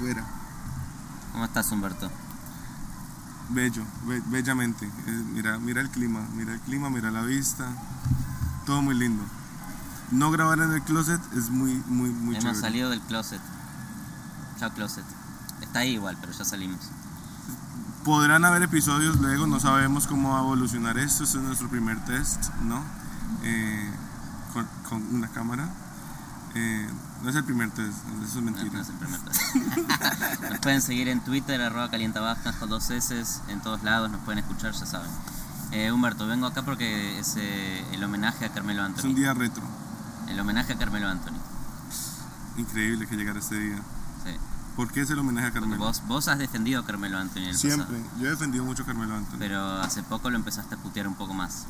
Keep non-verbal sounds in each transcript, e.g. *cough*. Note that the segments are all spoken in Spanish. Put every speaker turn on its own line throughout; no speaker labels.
Vera.
¿Cómo estás, Humberto?
Bello, be- bellamente. Eh, mira, mira el clima, mira el clima, mira la vista. Todo muy lindo. No grabar en el closet es muy, muy, muy
Hemos
chévere.
salido del closet. Chao, closet. Está ahí igual, pero ya salimos.
Podrán haber episodios luego, no sabemos cómo va a evolucionar esto. Este es nuestro primer test, ¿no? Eh, con, con una cámara. Eh, no es el primer test, eso es
No,
mentira.
no es el primer test. *laughs* Nos pueden seguir en Twitter, arroba calientabajas con dos S, en todos lados, nos pueden escuchar, ya saben. Eh, Humberto, vengo acá porque es eh, el homenaje a Carmelo
Es un
Anthony.
día retro.
El homenaje a Carmelo Anthony.
Increíble que llegara este día.
Sí.
¿Por qué es el homenaje a
Porque
Carmelo?
vos, vos has defendido a Carmelo Anthony en el
Siempre.
pasado.
Yo he defendido mucho a Carmelo Anthony.
Pero hace poco lo empezaste a putear un poco más.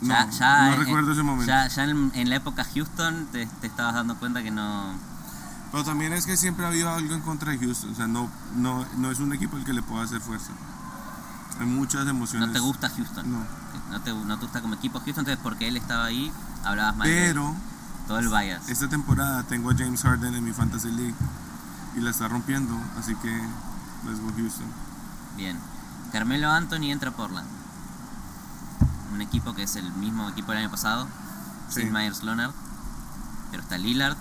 No,
Ya- ya
no
en-
recuerdo ese momento.
Ya, ya en, en la época Houston te, te estabas dando cuenta que no.
Pero también es que siempre ha habido algo en contra de Houston. O sea, no, no, no es un equipo el que le pueda hacer fuerza. Hay muchas emociones.
No te gusta Houston.
No.
No te, no te gusta como equipo Houston, entonces porque él estaba ahí, hablabas mal de él.
Pero
todo el bias.
esta temporada tengo a James Harden en mi Fantasy League y la está rompiendo. Así que let's go Houston.
Bien. Carmelo Anthony entra a Portland. Un equipo que es el mismo equipo del año pasado,
Sí.
sin Myers Leonard. Pero está Lillard,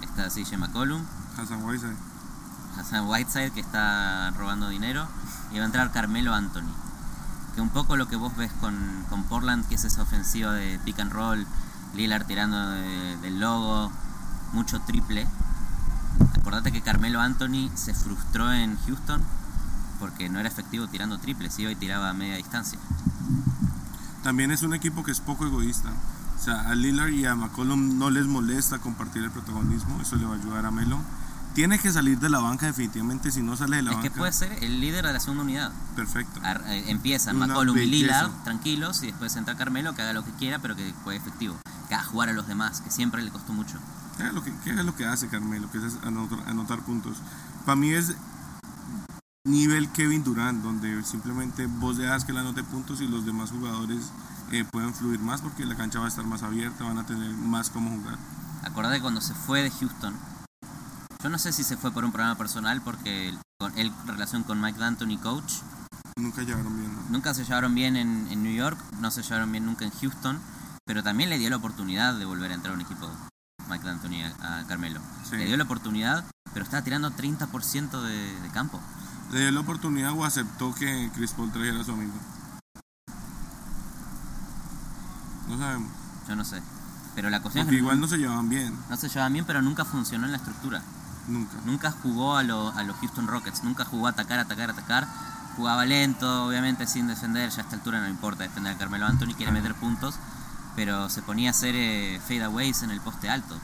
está CJ McCollum,
Hassan Whiteside.
Hassan Whiteside que está robando dinero. Y va a entrar Carmelo Anthony. Que un poco lo que vos ves con, con Portland, que es esa ofensiva de pick and roll, Lillard tirando de- del logo, mucho triple. Acordate que Carmelo Anthony se frustró en Houston porque no era efectivo tirando triples, iba y tiraba a media distancia.
También es un equipo que es poco egoísta. O sea, a Lillard y a McCollum no les molesta compartir el protagonismo. Eso le va a ayudar a Melo. Tiene que salir de la banca definitivamente. Si no sale de la
es
banca,
que pues, puede ser el líder de la segunda unidad.
perfecto.
Ar- eh, empiezan
Una
McCollum y
belleza.
Lillard tranquilos y después entra Carmelo que haga lo que quiera pero que juegue efectivo, que haga jugar a los demás, que siempre le costó mucho.
¿Qué es lo que, qué es lo que hace Carmelo? Que es anotar, anotar puntos. Para mí es nivel Kevin Durant, donde simplemente vos dejas que él anote puntos y los demás jugadores eh, pueden fluir más porque la cancha va a estar más abierta, van a tener más cómo jugar.
Acordate que cuando se fue de Houston, yo no sé si se fue por un problema personal porque él, con- él, en relación con Mike D'Antoni coach,
Nunca llegaron bien. ¿no?
nunca se llevaron bien en, en New York, no se llevaron bien nunca en Houston, pero también le dio la oportunidad de volver a entrar a un equipo Mike D'Antoni a, a Carmelo.
Sí.
Le dio la oportunidad, pero estaba tirando 30% de, de campo.
Le dio la oportunidad o aceptó que Chris Paul trajera a su amigo. No sabemos.
Yo no sé. Pero la cuestión
Porque
es que
igual no se llevaban bien.
no se llevaban bien, pero nunca funcionó en la estructura.
Nunca.
Nunca jugó a, lo- a los Houston Rockets, nunca jugó a atacar, atacar, atacar. Jugaba lento, obviamente sin defender, ya a esta altura no importa defender a Carmelo Anthony, quiere meter puntos, pero se ponía a hacer eh, fadeaways en el poste alto.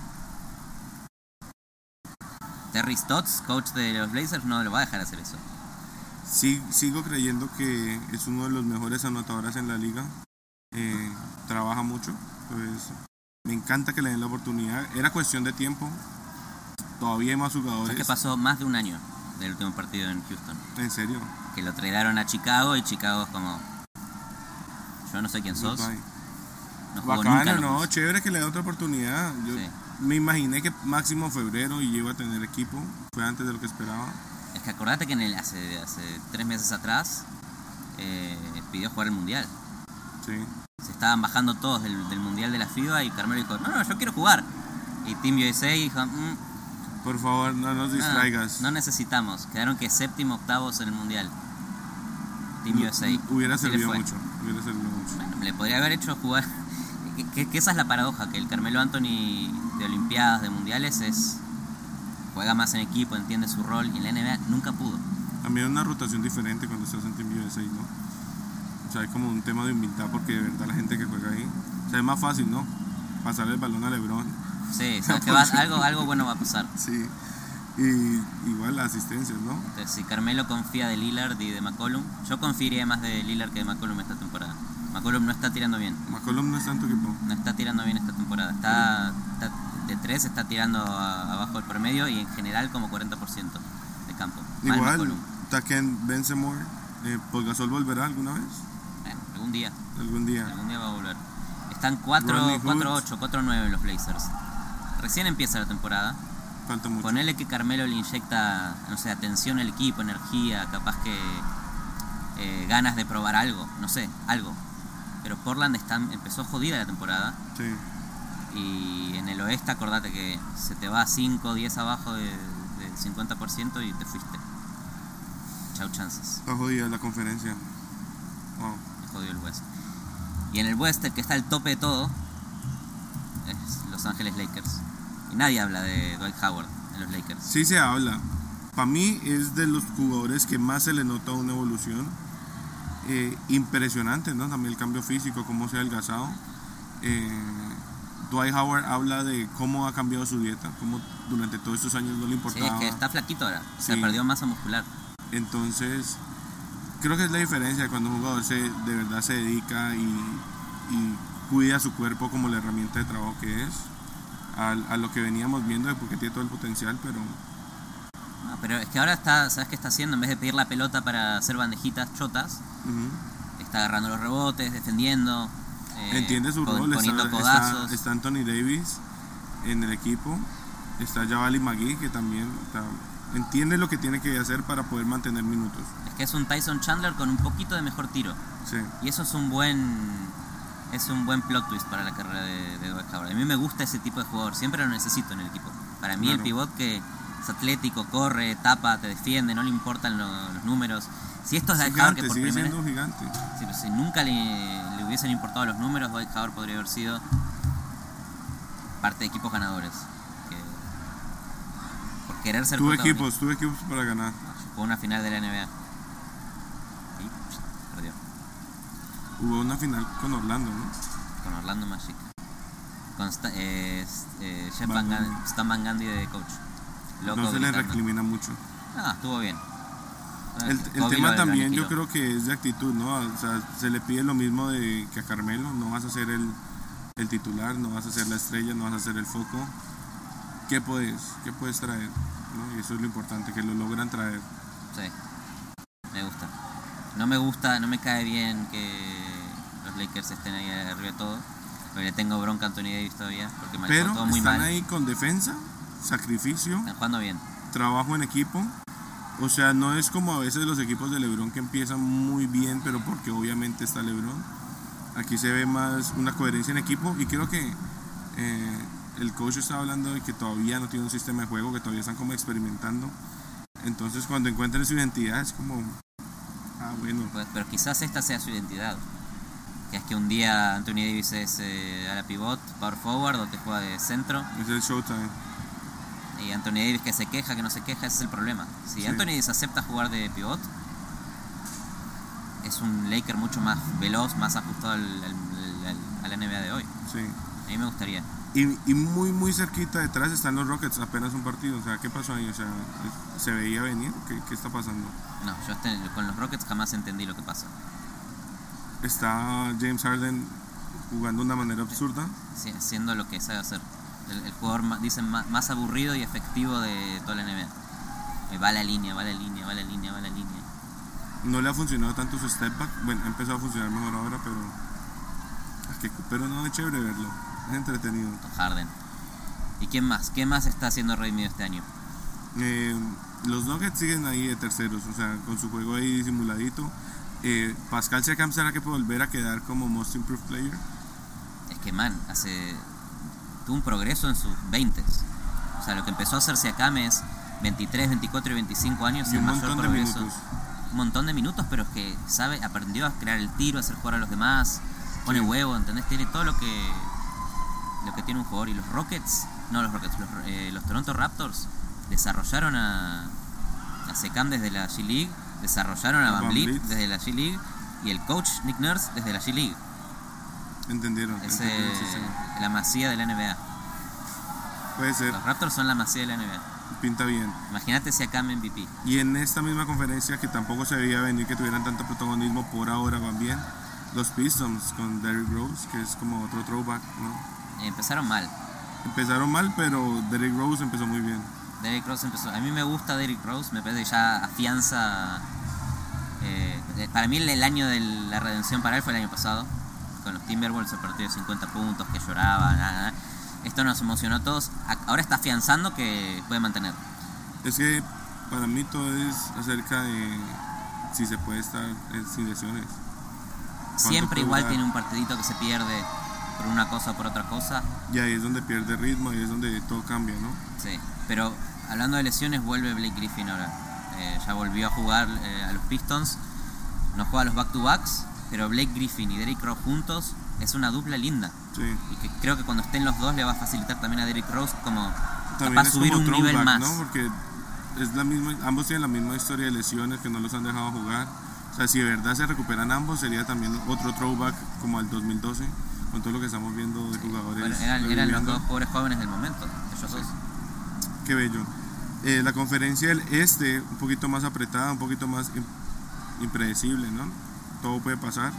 Terry Stotts, coach de los Blazers, no lo va a dejar hacer eso.
Sí, sigo creyendo que es uno de los mejores anotadores en la liga. Eh, trabaja mucho. Pues, me encanta que le den la oportunidad. Era cuestión de tiempo. Todavía hay más
¿Sabes
jugadores.
que pasó más de un año del último partido en Houston?
En serio.
Que lo tradaron a Chicago y Chicago es como... Yo no sé quién sos.
Goodbye.
No jugó nunca.
Bacano,
en los
no,
Bulls".
chévere que le da otra oportunidad. Yo
Sí.
me imaginé que máximo febrero y iba a tener equipo. Fue antes de lo que esperaba.
Es que acordate que en el, hace, hace tres meses atrás eh, pidió jugar el mundial.
Sí.
Se estaban bajando todos del, del mundial de la FIBA y Carmelo dijo, no, no, yo quiero jugar. Y Team USA dijo, "Mm, no,
Por favor, no nos distraigas.
Ah, no necesitamos. Quedaron que séptimo, octavos en el mundial. Team
No,
USA.
Hubiera
Así le
servido
fue.
mucho. Hubiera servido mucho.
Bueno, le podría haber hecho jugar. *laughs* Que, que- que esa es la paradoja, que el Carmelo Anthony de Olimpiadas, de mundiales, es juega más en equipo, entiende su rol y en la NBA nunca pudo.
También una rotación diferente cuando estás en Team USA, ¿no? O sea, es como un tema de humildad porque de verdad la gente que juega ahí. O sea, es más fácil, ¿no? Pasarle el balón a LeBron.
Sí,
*laughs*
sabes que va- algo, algo bueno va a pasar.
Sí. Y igual las asistencias, ¿no?
Entonces, Este, si Carmelo confía de Lillard y de McCollum, yo confiaría más de Lillard que de McCollum esta temporada. McCollum no está tirando bien,
McCollum no es tanto equipo.
no está tirando bien esta temporada. Está, está de 3, está tirando a- abajo del promedio y en general como 40% de campo. Mal
Igual,
McCollum.
Taken Benzemore, eh, Paul Gasol volverá alguna vez,
Bueno, Eh, algún día,
algún día.
algún día va a volver. Están
Rodney Hood.
4-8, 4-9 los Blazers. Recién empieza la temporada.
Falta mucho.
Ponele que Carmelo le inyecta, no sé, atención al equipo, energía, capaz que eh, ganas de probar algo, no sé, algo. Pero Portland está, empezó jodida la temporada
Sí.
y en el oeste acordate que se te va 5 o 10 abajo de- del 50% y te fuiste. Chau chances,
Está jodida la conferencia. Wow.
me jodió el West. Y en el West, el que está al tope de todo, es Los Ángeles Lakers. Y nadie habla de Dwight Howard en los Lakers.
Sí se habla. Para mí es de los jugadores que más se le nota una evolución eh, impresionante, ¿no? También el cambio físico, cómo se ha adelgazado. Eh, Dwight Howard habla de cómo ha cambiado su dieta, cómo durante todos estos años no le
Sí, es
importaba.
que está flaquito ahora. Se
Sí.
perdió masa muscular.
Entonces, creo que es la diferencia cuando un jugador se, de verdad se dedica y, y cuida su cuerpo como la herramienta de trabajo que es, al- a, lo que veníamos viendo, de porque tiene todo el potencial, pero
No, pero es que ahora está, ¿sabes qué está haciendo? En vez de pedir la pelota para hacer bandejitas chotas,
ujú,
está agarrando los rebotes, defendiendo. eh,
entiende su
pon-
rol.
Poniendo
Está,
codazos.
está- está Anthony Davis en el equipo, está Javali Magui, que también está- entiende lo que tiene que hacer para poder mantener minutos.
Es que es un Tyson Chandler con un poquito de mejor tiro.
Sí.
Y eso es un buen. Es un buen plot twist para la carrera de, de Dwight Howard. A mí me gusta ese tipo de jugador. Siempre lo necesito en el equipo. Para mí, el
Claro.
pivot que es atlético, corre, tapa, te defiende, no le importan lo- los números. Si esto es Dwight Howard,
Gigante,
que por
sigue
primera
siendo un gigante.
Sí, pero si nunca le, le hubiesen importado los números, Dwight Howard podría haber sido parte de equipos ganadores. que- por querer ser
Tuve
protagonista,
equipos, tuve equipos para ganar.
Jugó una final de la NBA. Y pss, perdió
Hubo una final con Orlando, ¿no?
con Orlando Magic. Con Sta- eh, s- eh, Jeff
Van
Van Gun-
Gundy.
Stan Van Gundy de coach. Loco
no se le
gritando.
recrimina mucho.
Ah, estuvo bien.
El, el
Kobe lo-
tema
lo
también yo creo
aniquiló.
que es de actitud, ¿no? O sea, se le pide lo mismo de que a Carmelo, no vas a ser el, el titular, no vas a ser la estrella, no vas a ser el foco. ¿Qué puedes? ¿Qué puedes traer? ¿No? Y eso es lo importante, que lo logran traer.
Sí. Me gusta. No me gusta, no me cae bien que los Lakers estén ahí arriba de todo. Pero le tengo bronca a Anthony Davis todavía porque me
Pero
todo
están
muy mal.
ahí con defensa, sacrificio,
Están jugando bien.
trabajo en equipo. O sea, no es como a veces los equipos de Lebron que empiezan muy bien, pero porque obviamente está Lebron. Aquí se ve más una coherencia en equipo y creo que eh, el coach está hablando de que todavía no tiene un sistema de juego, que todavía están como experimentando. Entonces cuando encuentren su identidad es como, ah bueno,
Pues, pero quizás esta sea su identidad. Que es que un día Anthony Davis es eh, a la pivot, power forward o te juega de centro.
es el showtime.
Y Anthony Davis que se queja, que no se queja, ese es el problema. Si
Sí.
Anthony Davis acepta jugar de pivot, es un Laker mucho más veloz, más ajustado al- al- al- a la NBA de hoy.
Sí.
A mí me gustaría.
Y, y muy, muy cerquita detrás están los Rockets, apenas un partido. O sea, ¿qué pasó ahí? O sea, ¿se veía venir? ¿Qué, qué está pasando?
No, yo este- con los Rockets jamás entendí lo que pasa.
está James Harden jugando de una manera absurda.
Si- Siendo lo que sabe hacer. El, el jugador, ma- dicen, ma- más aburrido y efectivo de toda la NBA. Eh, Va a la línea, va a la línea, va a la línea, va a la línea.
No le ha funcionado tanto su step back. Bueno, ha empezado a funcionar mejor ahora, pero. es que- Pero no es chévere verlo. Es entretenido.
Harden. ¿Y quién más? ¿Quién más está siendo redimido este año?
Eh, los Nuggets siguen ahí de terceros, o sea, con su juego ahí disimuladito. Eh, Pascal Siakam será que puede volver a quedar como Most Improved Player.
Es que, man, hace. tuvo un progreso en sus 20 O sea, lo que empezó a hacerse acá es 23, 24 y 25 años.
Y
el
un
mayor
montón de
progreso.
minutos.
Un montón de minutos, pero es que, ¿sabe? Aprendió a crear el tiro, a hacer jugar a los demás. Pone huevo, ¿entendés? Tiene todo lo que. Lo que tiene un jugador. Y los Rockets. No, los Rockets. Los, eh, los Toronto Raptors desarrollaron a. A Secam desde la G-League. Desarrollaron a
A
Van
Van
Vliet
Vliet.
desde la G-League. Y el coach Nick Nurse desde la G-League.
Entendieron.
Es
entendieron el
eh,
sistema.
la masía de la NBA.
Puede ser,
Los Raptors son la masía de la NBA.
pinta bien.
Imagínate si acá en MVP.
Y en esta misma conferencia que tampoco se veía venir que tuvieran tanto protagonismo, por ahora van bien. Los Pistons con Derrick Rose, que es como otro throwback, ¿no?
Empezaron mal.
Empezaron mal, pero Derrick Rose empezó muy bien.
Derrick Rose empezó. A mí me gusta Derrick Rose, me parece que ya afianza. eh, eh, para mí, el, el año de la redención para él fue el año pasado. Con los Timberwolves, el partido de 50 puntos, que lloraba, nada. nada. Esto nos emocionó a todos. A- Ahora está afianzando que puede mantener.
Es que para mí todo es acerca de si se puede estar eh, sin lesiones.
Siempre
puede
igual
durar?
tiene un partidito que se pierde por una cosa o por otra cosa.
Y ahí es donde pierde ritmo, ahí es donde todo cambia, ¿no?
Sí, pero hablando de lesiones, vuelve Blake Griffin ahora. Eh, ya volvió a jugar eh, a los Pistons. No juega a los back-to-backs, pero Blake Griffin y Derrick Rose juntos es una dupla linda.
Sí.
Y que creo que cuando estén los dos le va a facilitar también a Derrick Rose como
También
capaz
es
subir
como
un nivel
throwback,
más.
¿no? Porque es la misma, ambos tienen la misma historia de lesiones que no los han dejado jugar. O sea, si de verdad se recuperan ambos, sería también otro throwback como al 2012, con todo lo que estamos viendo de jugadores.
Bueno, eran, eran los
reviviendo.
dos pobres jóvenes del momento, ellos dos.
Qué bello. Eh, la conferencia del este, un poquito más apretada, un poquito más im- impredecible, ¿no? Todo puede pasar.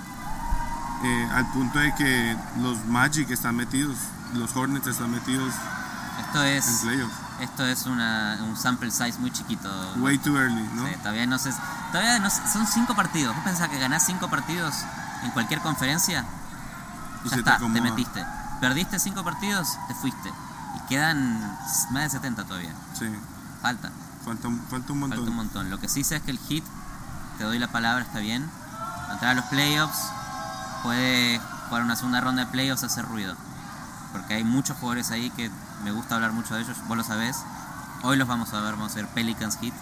Eh, al punto de que los Magic están metidos, los Hornets están metidos
Esto
en
es,
playoffs.
esto es una, un sample size muy chiquito.
Way too early, ¿no?
Sí, todavía no sé. Todavía no sé- son cinco partidos. ¿Vos pensás que ganás cinco partidos en cualquier conferencia?
Y se
ya
te
está, te,
acomoda.
metiste. Perdiste cinco partidos, te fuiste. Y quedan s- más de 70 todavía.
Sí,
Falta,
falta, un- falta un
falta
montón.
un montón. Lo que sí sé es que el hit, te doy la palabra, está bien. Va a Entrar a los playoffs, puede jugar una segunda ronda de playoffs, hacer ruido. Porque hay muchos jugadores ahí que me gusta hablar mucho de ellos, vos lo sabés. Hoy los vamos a ver, vamos a ver Pelicans Hit.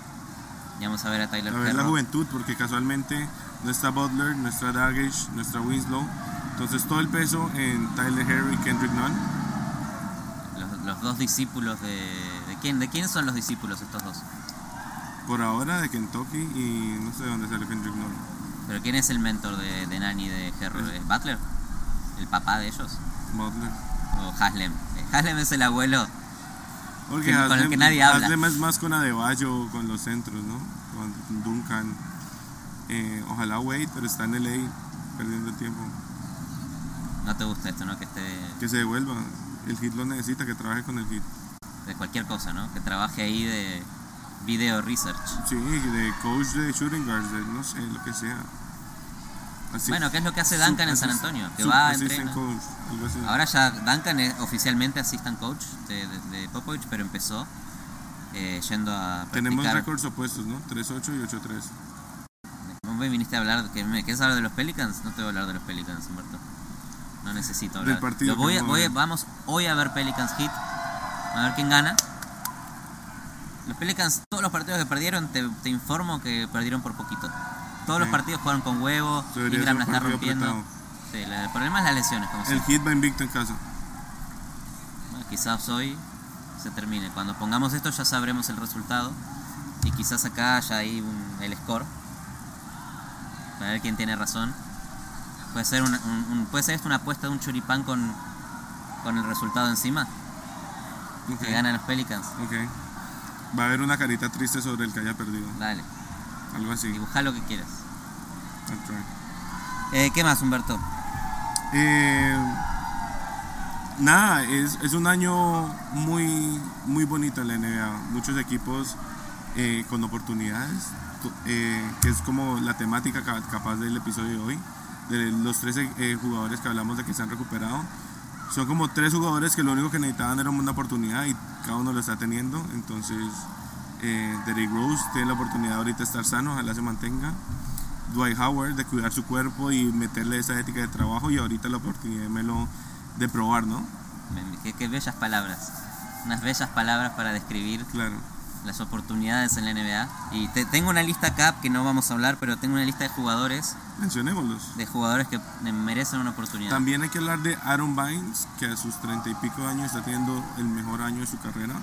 Y vamos a ver a Tyler
A ver la
Herro.
juventud, porque casualmente no está Butler, no está Dargish, no está Winslow. Entonces todo el peso en Tyler Harry y Kendrick Nunn.
Los, los dos discípulos de, de quién de quién son los discípulos estos dos.
Por ahora de Kentucky y no sé de dónde salió Kendrick Nunn.
Pero quién es el mentor de, de Nani de Herro
Es-
¿Es Butler, el papá de ellos
Butler.
o Haslem. Eh, Haslem es el abuelo.
Porque
Que- con el que nadie habla.
Haslem es más con Adebayo, con los centros, ¿no? Con Duncan. Eh, ojalá Wade, pero está en LA perdiendo el tiempo.
No te gusta esto, ¿no? Que esté
Que se devuelva. El hit lo necesita, que trabaje con el hit.
de cualquier cosa, ¿no? Que trabaje ahí de video research.
Sí, de coach de shooting guards, de no sé, lo que sea. Así-
Bueno, ¿qué es lo que hace
sub-
Duncan en San
asist-
Antonio? Que
sub-
va,
assistant
entrena.
coach, algo así.
Ahora ya Duncan es oficialmente assistant coach de, de, de Popovich, pero empezó eh, yendo a
Tenemos
practicar.
récords opuestos, ¿no? 3-8 y 8-3.
¿Vos me viniste a hablar? de- que me, ¿Quieres hablar de los Pelicans? No te voy a hablar de los Pelicans, Humberto. No necesito
Del
hablar.
partido
Lo voy
que
a-
no
voy a-
ven.
vamos hoy a ver Pelicans Hit. A ver quién gana. Los Pelicans, todos los partidos que perdieron, te, te informo que perdieron por poquito. Todos los
Sí.
partidos jugaron con huevo.
Eso debería ser
Ingram la
un
está
partido
rompiendo.
apretado.
Sí, la- el problema es las lesiones, como
El
siempre.
hit va invicto en casa.
Bueno, Ah, quizás hoy se termine. Cuando pongamos esto ya sabremos el resultado. Y quizás acá ya hay un- el score. Para ver quién tiene razón. Puede ser, una- un- un- puede ser esto una apuesta de un choripán con, con el resultado encima.
Ok.
Que ganan los Pelicans.
Ok. Va a haber una carita triste sobre el que haya perdido.
Dale,
Algo así.
dibuja lo que quieras.
I'll try.
Eh, ¿Qué más, Humberto?
Eh, nada, es, es un año muy, muy bonito en la NBA. Muchos equipos eh, con oportunidades, co- eh, que es como la temática ca- capaz del episodio de hoy. De los tres eh, jugadores que hablamos de que se han recuperado. Son como tres jugadores que lo único que necesitaban era una oportunidad y cada uno lo está teniendo. Entonces, eh, Derrick Rose tiene la oportunidad ahorita de estar sano, ojalá se mantenga. Dwight Howard de cuidar su cuerpo y meterle esa ética de trabajo y ahorita la oportunidad de Melo de probar, ¿no?
Me- Qué, qué bellas palabras. Unas bellas palabras para describir
Claro.
las oportunidades en la NBA. Y te- tengo una lista acá que no vamos a hablar, pero tengo una lista de jugadores
Mencionémoslos.
de jugadores que merecen una oportunidad.
También hay que hablar de Aaron Bynes, que a sus treinta y pico de años está teniendo el mejor año de su carrera.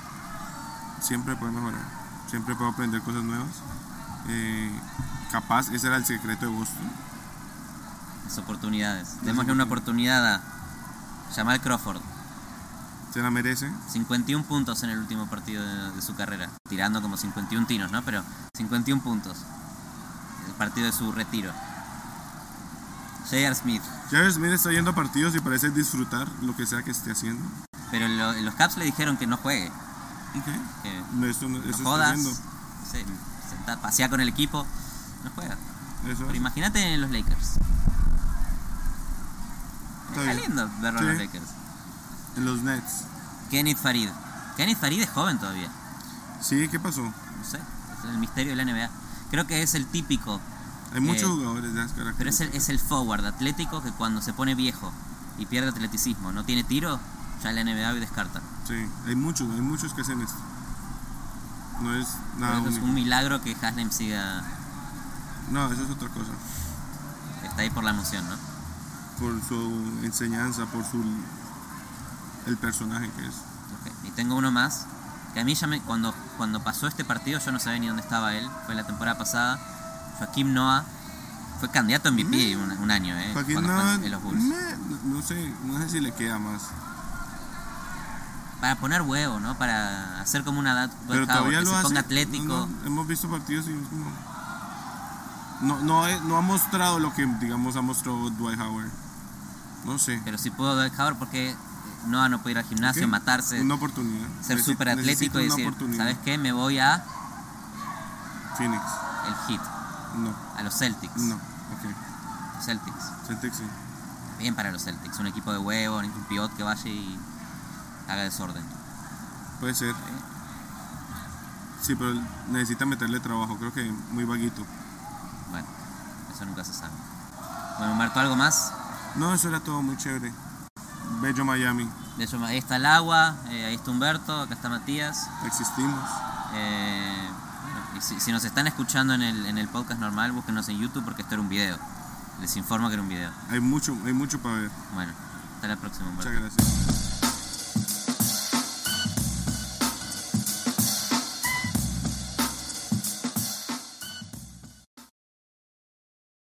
Siempre puede mejorar, siempre puede aprender cosas nuevas. Eh, capaz, ese era el secreto de Boston.
Las oportunidades. Démosle una oportunidad a Jamal Crawford.
Se la merece.
51 puntos en el último partido de, de su carrera. Tirando como 51 tiros, ¿no? Pero 51 puntos. El partido de su retiro. J.R. Smith.
Jared Smith está yendo a partidos y parece disfrutar lo que sea que esté haciendo.
Pero lo- los Caps le dijeron que no juegue.
Ok.
Que no
No, Eso, no- eso está
jodas.
haciendo.
no sé, sentá- pasea con el equipo. No juega.
Eso
Pero
es.
imagínate en los Lakers.
Está
Está
bien.
lindo verlo en
Sí.
los Lakers.
En los Nets.
Kenneth Farid. Kenneth Farid es joven todavía.
Sí, ¿qué pasó?
No sé. Es el misterio de la NBA. Creo que es el típico.
Hay muchos
Eh,
jugadores de esas
Pero es
características.
el, es el forward atlético que cuando se pone viejo y pierde atleticismo, no tiene tiro, ya la NBA hoy descarta.
Sí, hay muchos, hay muchos que hacen esto. No es
Por
nada
eso es
único.
un milagro que Haslem siga.
No, eso es otra cosa.
Está ahí por la emoción, ¿no?
Por su enseñanza, por su el personaje que es.
Ok, Y tengo uno más, que a mí ya me, cuando, cuando pasó este partido yo no sabía ni dónde estaba él, fue la temporada pasada, Joaquim Noah fue candidato a MVP un, un año, ¿eh?
Mm. Joaquín mm.
cuando
Nava,
fue en los Bulls.
me- no sé, no sé si le queda más.
Pues Para poner huevo, ¿no? Para hacer como una edad
Pero todavía
que
lo
se
hace.
ponga atlético.
No, no, hemos visto partidos y es como- no, no, he- no ha mostrado lo que digamos ha mostrado Dwight Howard. No sé.
Pero si puedo dar Howard porque Noah no puede ir al gimnasio,
¿Ok?
matarse,
Una oportunidad.
ser
Necesi-
súper atlético
necesita
y decir,
una oportunidad.
¿sabes qué? Me voy a
Phoenix.
el Heat,
No,
a los Celtics.
no. Ok.
Los Celtics.
Celtics sí.
Bien para los Celtics, un equipo de huevo, un pivot que vaya y haga desorden.
Puede ser. Sí, pero necesita meterle trabajo. Creo que muy vaguito.
Bueno, eso nunca se sabe. Bueno, Humberto, ¿algo más?
No, eso era todo muy chévere. Bello Miami.
De hecho, ahí está el agua, eh, ahí está Humberto, acá está Matías.
Existimos.
Eh, bueno, y si, si nos están escuchando en el, en el podcast normal, búsquenos en YouTube porque esto era un video. Les informo que era un video.
Hay mucho, hay mucho para ver.
Bueno, hasta la próxima, Humberto.
Muchas gracias.